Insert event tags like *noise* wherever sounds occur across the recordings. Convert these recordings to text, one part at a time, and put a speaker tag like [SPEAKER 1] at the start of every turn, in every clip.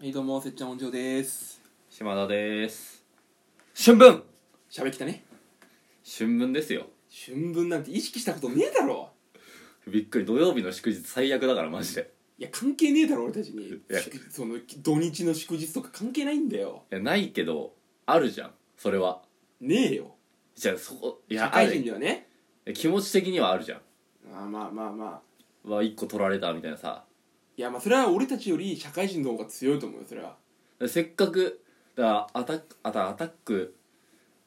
[SPEAKER 1] はいどうもせっちゃんおんじょうです
[SPEAKER 2] 島田です
[SPEAKER 3] 春分
[SPEAKER 1] 喋べきたね
[SPEAKER 2] 春分ですよ
[SPEAKER 1] 春分なんて意識したことねえだろ
[SPEAKER 2] びっくり土曜日の祝日最悪だからマジで
[SPEAKER 1] いや関係ねえだろ俺たちに
[SPEAKER 2] や
[SPEAKER 1] 祝その土日の祝日とか関係ないんだよ
[SPEAKER 2] いやないけどあるじゃんそれは
[SPEAKER 1] ねえよ
[SPEAKER 2] じゃあそこい
[SPEAKER 1] 社
[SPEAKER 2] やあ
[SPEAKER 1] 会人に
[SPEAKER 2] る
[SPEAKER 1] はね
[SPEAKER 2] 気持ち的にはあるじゃ
[SPEAKER 1] あーまあまあまあ
[SPEAKER 2] んは一個取られたみたいなさ
[SPEAKER 1] いやまあそれは俺たちより社会人の方が強いと思うよそれは
[SPEAKER 2] せっかくだからアタックあたアタック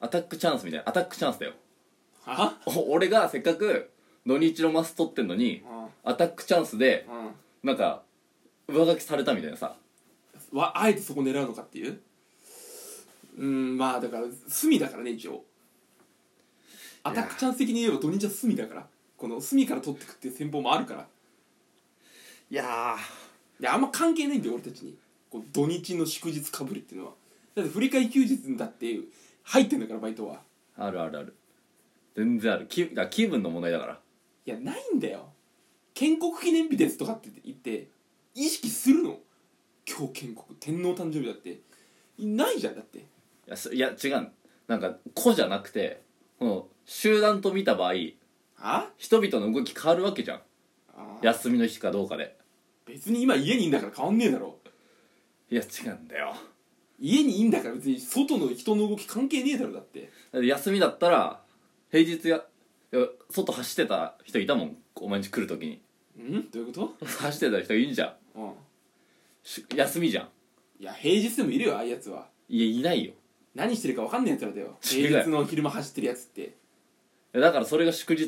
[SPEAKER 2] アタックチャンスみたいなアタックチャンスだよ *laughs*
[SPEAKER 1] は
[SPEAKER 2] お俺がせっかく土日のマス取ってんのに
[SPEAKER 1] う
[SPEAKER 2] アタックチャンスで
[SPEAKER 1] んうん
[SPEAKER 2] なんか上書きされたみたいなさ
[SPEAKER 1] わあえてそこ狙うのかっていううんまあだから隅だからね一応アタックチャンス的に言えば土日は隅だからこの隅から取ってくっていう戦法もあるから
[SPEAKER 2] いや
[SPEAKER 1] であんま関係ないんだよ俺たちにこう土日の祝日かぶりっていうのはだって振り替え休日だって入ってんだからバイトは
[SPEAKER 2] あるあるある全然ある気だから気分の問題だから
[SPEAKER 1] いやないんだよ建国記念日ですとかって言って意識するの今日建国天皇誕生日だってないじゃんだって
[SPEAKER 2] いやそいや違うなんか個じゃなくてこの集団と見た場合
[SPEAKER 1] あ
[SPEAKER 2] 人々の動き変わるわけじゃん
[SPEAKER 1] あ
[SPEAKER 2] 休みの日かどうかで
[SPEAKER 1] 別に今家にいんだから変わんねえだろ
[SPEAKER 2] いや違うんだよ
[SPEAKER 1] 家にいんだから別に外の人の動き関係ねえだろだって
[SPEAKER 2] だって休みだったら平日やいや外走ってた人いたもんお前んち来る時に
[SPEAKER 1] うんどういうこ
[SPEAKER 2] 走ってた人いんじゃん
[SPEAKER 1] とうん
[SPEAKER 2] し休みじゃん
[SPEAKER 1] いや平日でもいるよああいうやつはい
[SPEAKER 2] やいないよ
[SPEAKER 1] 何してるか分かんないやつらだよ
[SPEAKER 2] 違う
[SPEAKER 1] 平日の昼間走ってるやつって
[SPEAKER 2] いやだからそれが祝日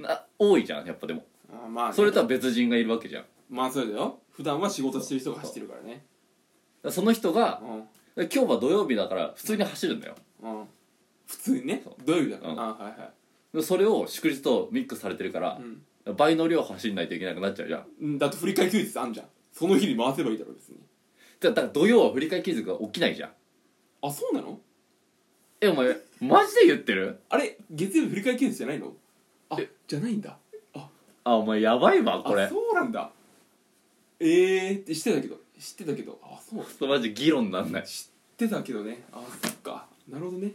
[SPEAKER 2] な多いじゃんやっぱでも
[SPEAKER 1] あまあね
[SPEAKER 2] それとは別人がいるわけじゃんだか
[SPEAKER 1] まあそうだよ普段は仕事してる人が走ってるからね
[SPEAKER 2] らその人が
[SPEAKER 1] う
[SPEAKER 2] 今日は土曜日だから普通に走るんだよ
[SPEAKER 1] んうん普通にね
[SPEAKER 2] そう
[SPEAKER 1] 土曜日だから、
[SPEAKER 2] うん
[SPEAKER 1] あはいは
[SPEAKER 2] でそれを祝日とミックスされてるから
[SPEAKER 1] い、う
[SPEAKER 2] 倍の量走んないといけなくなっちゃうじゃん
[SPEAKER 1] ん、だと振り替え休日あんじゃんその日に回せばいいだろ別に
[SPEAKER 2] じゃあだから土曜は振り替え休日が起きないじゃん
[SPEAKER 1] あそうなの
[SPEAKER 2] えお前マジで言ってる
[SPEAKER 1] あれ月曜日振り替え休日じゃないのあ
[SPEAKER 2] え
[SPEAKER 1] じゃないんだ
[SPEAKER 2] あお前やばいわ
[SPEAKER 1] あ
[SPEAKER 2] これ
[SPEAKER 1] そうなんだえーって知ってたけど知ってたけどあそう
[SPEAKER 2] ちょっとマジ議論になんない
[SPEAKER 1] 知ってたけどねあそっかなるほどね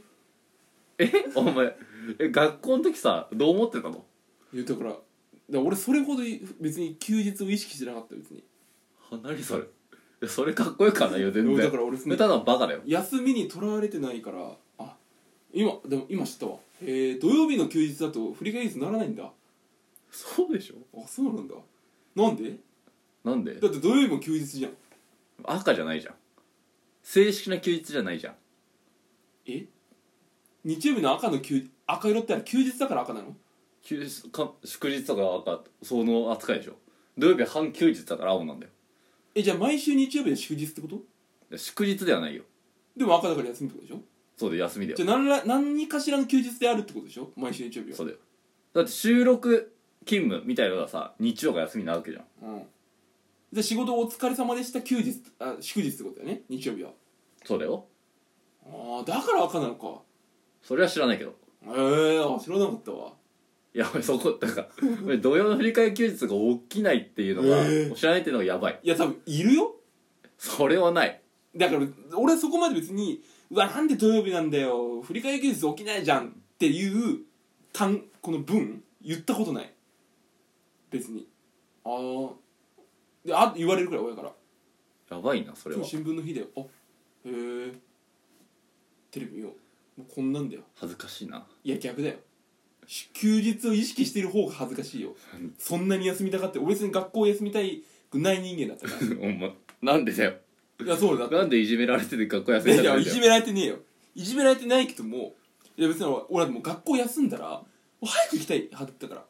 [SPEAKER 2] えお前え学校の時さどう思ってたの
[SPEAKER 1] いやだからだから俺それほどい別に休日を意識してなかった別に
[SPEAKER 2] は何それえそれかっこよくはないよ全
[SPEAKER 1] いやだ
[SPEAKER 2] 然
[SPEAKER 1] から俺そ
[SPEAKER 2] そ
[SPEAKER 1] の
[SPEAKER 2] れただのバカだよ
[SPEAKER 1] 休みにとらわれてないからあ今でも今知ったわえー、土曜日の休日だと振り返りならないんだあ
[SPEAKER 2] そうでしょ
[SPEAKER 1] そうなんだなんで
[SPEAKER 2] なんで
[SPEAKER 1] だって土曜日も休日じゃん
[SPEAKER 2] 赤じゃないじゃん正式な休日じゃないじゃん
[SPEAKER 1] え日曜日の赤の休赤色ってあれ休日だから赤なの
[SPEAKER 2] 休日か祝日とか赤その扱いでしょ土曜日は半休日だから青なんだよ
[SPEAKER 1] えじゃあ毎週日曜日は祝日ってこと
[SPEAKER 2] いや祝日ではないよ
[SPEAKER 1] でも赤だから休みってことでしょ
[SPEAKER 2] そうで休みだよ
[SPEAKER 1] じゃあ何ら何かしらの休日であるってことでしょ毎週日曜日は
[SPEAKER 2] そうだよだって収録勤務みたいなのがさ日曜が休みなわけじゃん
[SPEAKER 1] うんじゃあ仕事お疲れ様でした休日あ祝日ってことだよね日曜日は
[SPEAKER 2] そうだよ
[SPEAKER 1] ああだから赤なのか
[SPEAKER 2] それは知らないけど
[SPEAKER 1] ええー、あ知らなかったわ
[SPEAKER 2] いやお前そこ *laughs* だから土曜の振り替え休日が起きないっていうのが、
[SPEAKER 1] えー
[SPEAKER 2] もう知らないっていうのがやばい
[SPEAKER 1] いや多分いるよ
[SPEAKER 2] それはない
[SPEAKER 1] だから俺はそこまで別にうわなんで土曜日なんだよ振り替え休日起きないじゃんっていう単この文言ったことない別にああであ言われるくらい親から
[SPEAKER 2] やばいなそれ
[SPEAKER 1] 今
[SPEAKER 2] は
[SPEAKER 1] 日新聞の日だよあへえテレビ見ようもうこんなんだよ
[SPEAKER 2] 恥ずかしいない *laughs*
[SPEAKER 1] や逆だよし休日を意識してる方が恥ずかしいよそんなに休みたがって俺別に学校休みたくない人間だったか
[SPEAKER 2] *laughs* お前なんでだよ
[SPEAKER 1] らいやそうだ
[SPEAKER 2] なんでいじめられてて学校休み
[SPEAKER 1] い
[SPEAKER 2] たくな
[SPEAKER 1] や
[SPEAKER 2] いん
[SPEAKER 1] い
[SPEAKER 2] だ
[SPEAKER 1] じ
[SPEAKER 2] よ
[SPEAKER 1] められてねえよいじめられてないけどもいや別に俺はもう学校休んだらもう早く行きたい派だったから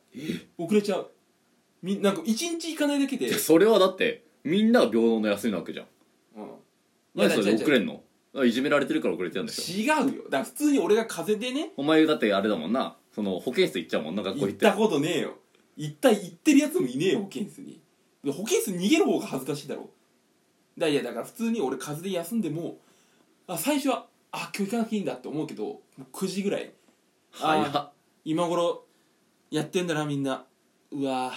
[SPEAKER 1] 遅れちゃうみなんか一日行かないだけで、
[SPEAKER 2] いうやそれはだってみんなが平等の休みなわけじゃん
[SPEAKER 1] ん、
[SPEAKER 2] 何それで遅れ
[SPEAKER 1] 違うん
[SPEAKER 2] のいじめられてるから遅れてるんでしょ
[SPEAKER 1] 違う違う違うよだから普通に俺が風邪でね
[SPEAKER 2] お前だってあれだもんなその保健室行っちゃうもんな学校
[SPEAKER 1] 行
[SPEAKER 2] 行
[SPEAKER 1] っ
[SPEAKER 2] って
[SPEAKER 1] たことねえよ行った行ってるやつもいねえよ保健室にで保健室逃げる方が恥ずかしいだろだいやだから普通に俺風邪で休んでもあ最初はあ今日行かなくていいんだって思うけどもう9時ぐらい
[SPEAKER 2] 早
[SPEAKER 1] あ
[SPEAKER 2] っ
[SPEAKER 1] 今頃やってんだなみんなうわ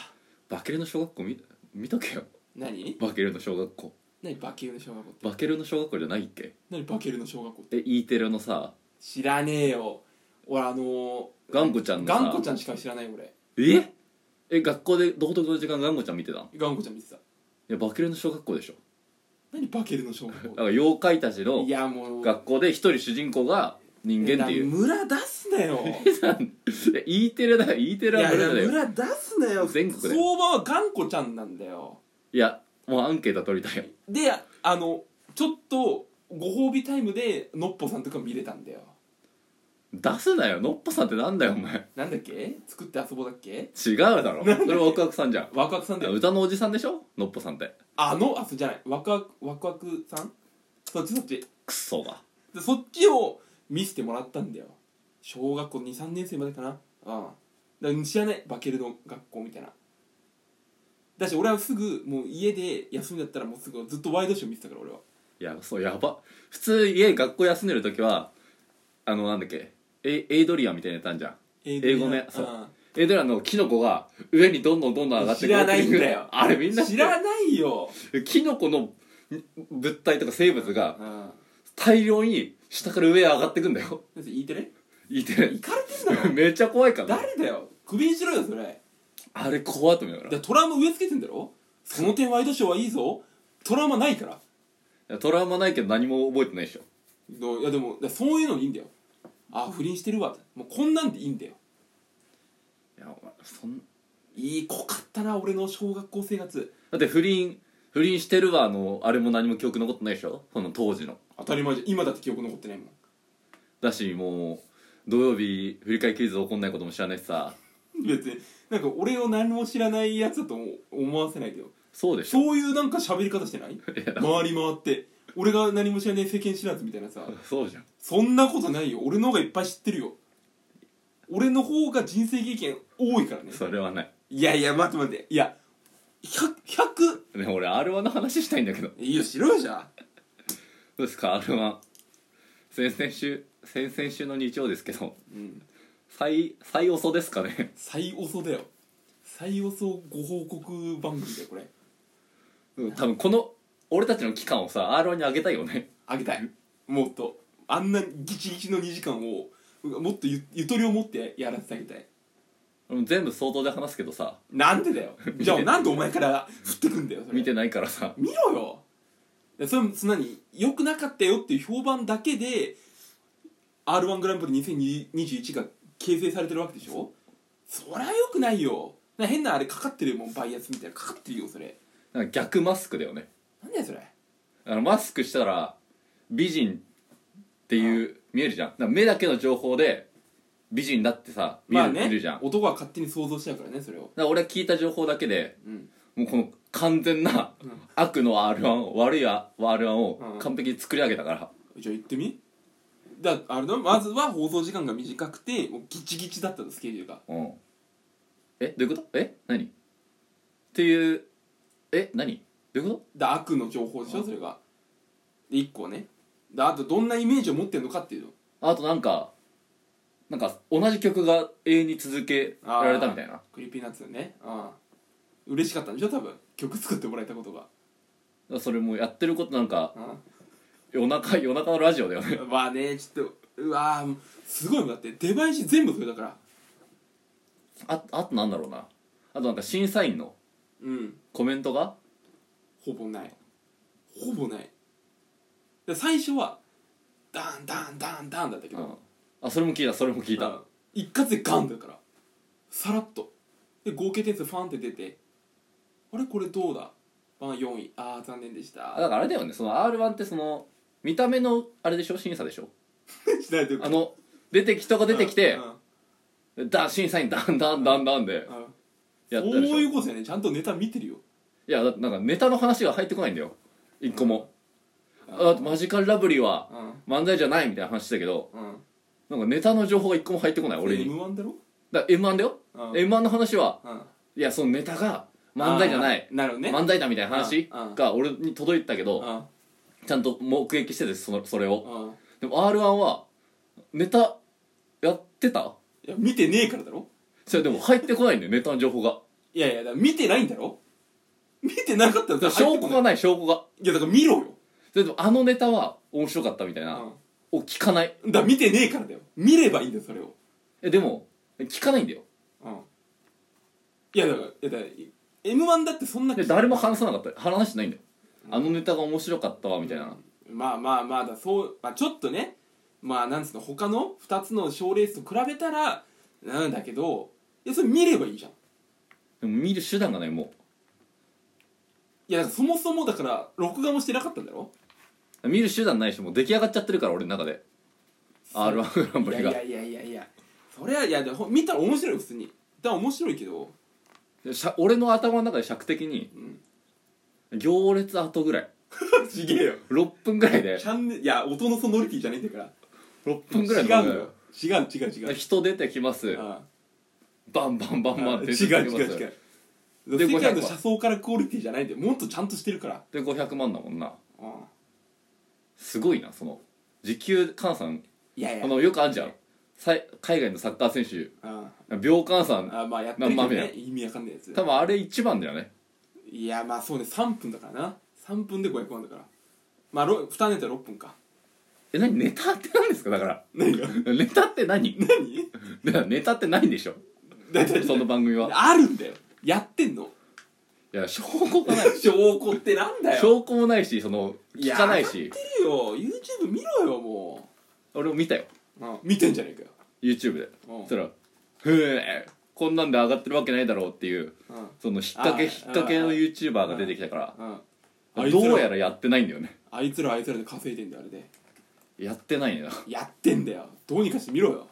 [SPEAKER 2] バケルの小学校見見とけよ
[SPEAKER 1] 何
[SPEAKER 2] バケルの小学校
[SPEAKER 1] 何バケルの小学校って
[SPEAKER 2] バケルの小学校じゃないっけ
[SPEAKER 1] 何バケルの小学校って
[SPEAKER 2] え E テレのさ
[SPEAKER 1] 知らねえよ俺あのー、
[SPEAKER 2] ガンコちゃんの
[SPEAKER 1] ガ
[SPEAKER 2] さ
[SPEAKER 1] ンコちゃんしか知らない俺
[SPEAKER 2] ええ学校で道徳の時間ガンコちゃん見てたの
[SPEAKER 1] ガンコちゃん見てた
[SPEAKER 2] いやバケルの小学校でしょ
[SPEAKER 1] 何バケルの小学
[SPEAKER 2] だ
[SPEAKER 1] 校
[SPEAKER 2] から妖怪たちの
[SPEAKER 1] いやもう
[SPEAKER 2] 学校で一人主人公が人間っていう
[SPEAKER 1] 村出すな
[SPEAKER 2] *laughs*
[SPEAKER 1] よ
[SPEAKER 2] え E テレだよ E テ
[SPEAKER 1] い
[SPEAKER 2] レは
[SPEAKER 1] や
[SPEAKER 2] 無
[SPEAKER 1] い
[SPEAKER 2] 理
[SPEAKER 1] や
[SPEAKER 2] だよ
[SPEAKER 1] 村出すなよ
[SPEAKER 2] 全国だよ
[SPEAKER 1] 相場は頑固ちゃんなんだよ
[SPEAKER 2] いやもうアンケート取りたいよ
[SPEAKER 1] であのちょっとご褒美タイムでのっぽさんとか見れたんだよ
[SPEAKER 2] 出すなよのっぽさんってなんだよお前
[SPEAKER 1] なんだっけ作って遊ぼうだっけ
[SPEAKER 2] 違うだろそれワクワクさんじゃん
[SPEAKER 1] ワクワクさんだよ
[SPEAKER 2] 歌のおじさんでしょのっぽさんって
[SPEAKER 1] あのあそうじゃないワクワクワクワクさんそっちそっち
[SPEAKER 2] クソが
[SPEAKER 1] でそっちを見せてもらったんだよ小学校23年生までかなうんだから知らないバケルの学校みたいなだし俺はすぐもう家で休みだったらもうすぐずっとワイドショー見てたから俺はい
[SPEAKER 2] やそうやば普通家学校休んでる時はあのなんだっけエイエイドリアンみたいなやつあんじゃん英語ねそうエイドリアンのキノコが上にどんどんどんどん上がって
[SPEAKER 1] 知らないんだよ
[SPEAKER 2] あれみ
[SPEAKER 1] うんん
[SPEAKER 2] な
[SPEAKER 1] 知らないよ、
[SPEAKER 2] キノコの物体とか生物が
[SPEAKER 1] うん、
[SPEAKER 2] 大量に下から上へ上がってくんだよ
[SPEAKER 1] だって言いてね
[SPEAKER 2] いてる
[SPEAKER 1] 行かれてんだろ
[SPEAKER 2] めっちゃ怖いから
[SPEAKER 1] 誰だよ首にしろよそれ
[SPEAKER 2] あれ怖いと思う
[SPEAKER 1] でトラウマ植え付けてんだろその点ワイドショーはいいぞトラウマないから
[SPEAKER 2] よトラウマないけど何も覚えてないでしょ
[SPEAKER 1] のいやでもだそういうのにいいんだよあ不倫してるわもうこんなんでいいんだよ
[SPEAKER 2] いやお前そん
[SPEAKER 1] いい子かったな俺の小学校生活
[SPEAKER 2] だって不倫不倫してるわあのあれも何も記憶残ってないでしょその当時の
[SPEAKER 1] 当たり前じゃん今だって記憶残ってないもん
[SPEAKER 2] だしもう土曜日振り返りクイズ起こんないことも知らないしさ
[SPEAKER 1] 別になんか俺を何も知らないやつだと思わせないけど
[SPEAKER 2] そうでしょ
[SPEAKER 1] そういうなんか喋り方してない
[SPEAKER 2] いや
[SPEAKER 1] 回り回って俺が何も知らない世間知らずみたいなさ
[SPEAKER 2] そうじゃん
[SPEAKER 1] そんなことないよ俺の方がいっぱい知ってるよ俺の方が人生経験多いからね
[SPEAKER 2] それはない
[SPEAKER 1] いやいや待って待っていや 100,
[SPEAKER 2] ね俺 R1 の話したいんだけどど
[SPEAKER 1] 100? いいよしろよじゃあ
[SPEAKER 2] うですか R1 先々週先々週の日曜ですけど
[SPEAKER 1] うん
[SPEAKER 2] 最最遅ですかね
[SPEAKER 1] 最遅だよ最遅ご報告番組だよこれ
[SPEAKER 2] うん多分この俺たちの期間をさ R1 にあげたいよね
[SPEAKER 1] あげたいもっとあんなギチギチの2時間をもっとゆゆとりを持ってやらせてあげたい
[SPEAKER 2] うん全部相当で話すけどさ
[SPEAKER 1] なんでだよじゃあなんでお前から振ってくんだよそれ
[SPEAKER 2] 見てないからさ
[SPEAKER 1] 見ろよいやそれそんなに良くなかったよっていう評判だけで r 1グランプリ2021が形成されてるわけでしょそりゃ良くないよな変なあれかかってるもんバイアスみたいなかかってるよそれ
[SPEAKER 2] なんか逆マスクだよね
[SPEAKER 1] なんだよそれ
[SPEAKER 2] あのマスクしたら美人っていう見えるじゃんだから目だけの情報で美人だってさ見る,、
[SPEAKER 1] まあね
[SPEAKER 2] 見るじゃんだか
[SPEAKER 1] 男は勝手に想像しちゃうからねそれを
[SPEAKER 2] ら俺は聞いた情報だけで
[SPEAKER 1] うん
[SPEAKER 2] もうこの完全な悪の R1 を悪い R1
[SPEAKER 1] う
[SPEAKER 2] を
[SPEAKER 1] ん
[SPEAKER 2] 完璧に作り上げたから、
[SPEAKER 1] じゃあ行ってみだあれだまずは放送時間が短くてもうギチギチだったのスケジュールが
[SPEAKER 2] うん、えどういうことえ何っていうえ何どういうこ
[SPEAKER 1] だ悪の情報でしょそれがで1個ねだあとどんなイメージを持ってるのかっていうの
[SPEAKER 2] とあとなんかなんか同じ曲が永遠に続けられたみたいな
[SPEAKER 1] クリーピーナッツねうん嬉しかったんでしょ多分曲作ってもらえたことが
[SPEAKER 2] それもやってることなんか
[SPEAKER 1] う
[SPEAKER 2] 夜中夜中のラジオだよね
[SPEAKER 1] ん *laughs* まあねちょっとうわーすごいもんだって出囃子全部それだから
[SPEAKER 2] ああとなんだろうなあとなんか審査員の
[SPEAKER 1] うん
[SPEAKER 2] コメントが
[SPEAKER 1] ほぼないほぼないで最初はダンダンダンダンだったけど、
[SPEAKER 2] あそれも聞いたそれも聞いた、
[SPEAKER 1] うん一括でガンだからさらっとで合計点数ファンって出てあれこれどうだあ4位ああ残念でし
[SPEAKER 2] あ
[SPEAKER 1] た *laughs*
[SPEAKER 2] だからあれだよねその r 1ってその見た目のあれでしょ審査でしょ
[SPEAKER 1] しないで
[SPEAKER 2] あの出てき人が出てきて
[SPEAKER 1] うん、
[SPEAKER 2] だ審査員だんだんだんだんで
[SPEAKER 1] うん
[SPEAKER 2] やった
[SPEAKER 1] そう
[SPEAKER 2] でしょ
[SPEAKER 1] いうことだよねちゃんとネタ見てるよ
[SPEAKER 2] いやだってなんかネタの話が入ってこないんだよ一個も、あだってマジカルラブリーは
[SPEAKER 1] う
[SPEAKER 2] 漫才じゃないみたいな話だけど
[SPEAKER 1] んうん
[SPEAKER 2] なんかネタの情報が一個も入ってこない俺に
[SPEAKER 1] m 1だろ
[SPEAKER 2] だ m 1だよ、
[SPEAKER 1] うん
[SPEAKER 2] m 1の話は
[SPEAKER 1] うん
[SPEAKER 2] いやそのネタが漫才じゃない
[SPEAKER 1] あーなるほどね
[SPEAKER 2] 漫才だみたいな話
[SPEAKER 1] うんうん
[SPEAKER 2] が俺に届いたけど
[SPEAKER 1] う
[SPEAKER 2] ちゃんと目撃しててそのそれを
[SPEAKER 1] んうん
[SPEAKER 2] でも r 1はネタやってた
[SPEAKER 1] いや見てねえからだろ *laughs*
[SPEAKER 2] それでも入ってこないんだよネタの情報が
[SPEAKER 1] いやいやだから見てないんだろ見てなかったら
[SPEAKER 2] だから証拠が
[SPEAKER 1] い
[SPEAKER 2] ない証拠が
[SPEAKER 1] いやだから見ろよ、
[SPEAKER 2] でもあのネタは面白かったみたいな、
[SPEAKER 1] う
[SPEAKER 2] を聞かない
[SPEAKER 1] ん、だから見てねえからだよ見ればいいんだよそれを
[SPEAKER 2] えでも聞かないんだよ
[SPEAKER 1] うんいやだからいやだから m 1だってそんな
[SPEAKER 2] で誰も話さなかった話してないんだよ、あのネタが面白かったわみたいな
[SPEAKER 1] まあまあまあだそう、まあ、ちょっとねまあなんつうの他の2つの賞レースと比べたらなんだけどいやそれ見ればいいじゃん
[SPEAKER 2] でも見る手段がないも
[SPEAKER 1] いやだからそもそもだから録画もしてなかったんだろ
[SPEAKER 2] う見る手段ないしもう出来上がっちゃってるから俺の中で r 1グランプ
[SPEAKER 1] いやい
[SPEAKER 2] リが
[SPEAKER 1] やいやいやいやそれはいやでも見たら面白いよ普通にだから面白いけ
[SPEAKER 2] *laughs*
[SPEAKER 1] ど
[SPEAKER 2] でしゃ俺の頭の中で尺的に
[SPEAKER 1] うん
[SPEAKER 2] 行列後ぐらい
[SPEAKER 1] ちげえよ
[SPEAKER 2] 6分ぐらいで
[SPEAKER 1] チャンネルいや音のソノリティじゃないんだから
[SPEAKER 2] 6分ぐらい
[SPEAKER 1] 違
[SPEAKER 2] の
[SPEAKER 1] うよ違う違う違う
[SPEAKER 2] 人出てきます
[SPEAKER 1] あ
[SPEAKER 2] バンバンバンバ
[SPEAKER 1] あ
[SPEAKER 2] ン
[SPEAKER 1] 違う
[SPEAKER 2] 出てきま
[SPEAKER 1] 違
[SPEAKER 2] す
[SPEAKER 1] う違う
[SPEAKER 2] で
[SPEAKER 1] 世界の
[SPEAKER 2] 500
[SPEAKER 1] 車窓からクオリティじゃないんでもっとちゃんとしてるから
[SPEAKER 2] で500万だもんな
[SPEAKER 1] うん
[SPEAKER 2] すごいなその時給換算
[SPEAKER 1] いやいや
[SPEAKER 2] あのよくあるじゃんさい海外のサッカー選手
[SPEAKER 1] うん
[SPEAKER 2] 秒換算
[SPEAKER 1] あまあやってるけど
[SPEAKER 2] まあまあ
[SPEAKER 1] ね意味わかんないやつ
[SPEAKER 2] 多分あれ一番だよね
[SPEAKER 1] いやまあそうね3分だからな3分で500万だからまあろ2ネタ6分か
[SPEAKER 2] え何ネタって何ですかだから *laughs*
[SPEAKER 1] 何が
[SPEAKER 2] ネタっ
[SPEAKER 1] *laughs*
[SPEAKER 2] て何
[SPEAKER 1] 何
[SPEAKER 2] だからネタってないんでしょ
[SPEAKER 1] だだだ
[SPEAKER 2] その番組は
[SPEAKER 1] あるんだよやってんの
[SPEAKER 2] いや証拠がない
[SPEAKER 1] 証拠ってなんだよ
[SPEAKER 2] 証拠もないしその聞かないし
[SPEAKER 1] や上がってるよ YouTube 見ろよも
[SPEAKER 2] 俺も見たよ
[SPEAKER 1] う、うん、見てんじゃねえかよ
[SPEAKER 2] YouTube で
[SPEAKER 1] うん
[SPEAKER 2] そしたら「へえこんなんで上がってるわけないだろう」っていう
[SPEAKER 1] う
[SPEAKER 2] その引っ掛け
[SPEAKER 1] あ
[SPEAKER 2] 引っ掛けの YouTuber が出てきたか
[SPEAKER 1] ん、うん、あ
[SPEAKER 2] ら
[SPEAKER 1] いつら
[SPEAKER 2] どうやらやってないんだよね
[SPEAKER 1] あいつらあいつらで稼いでんだよあれで
[SPEAKER 2] やってないねな
[SPEAKER 1] やってんだよどうにかして見ろよ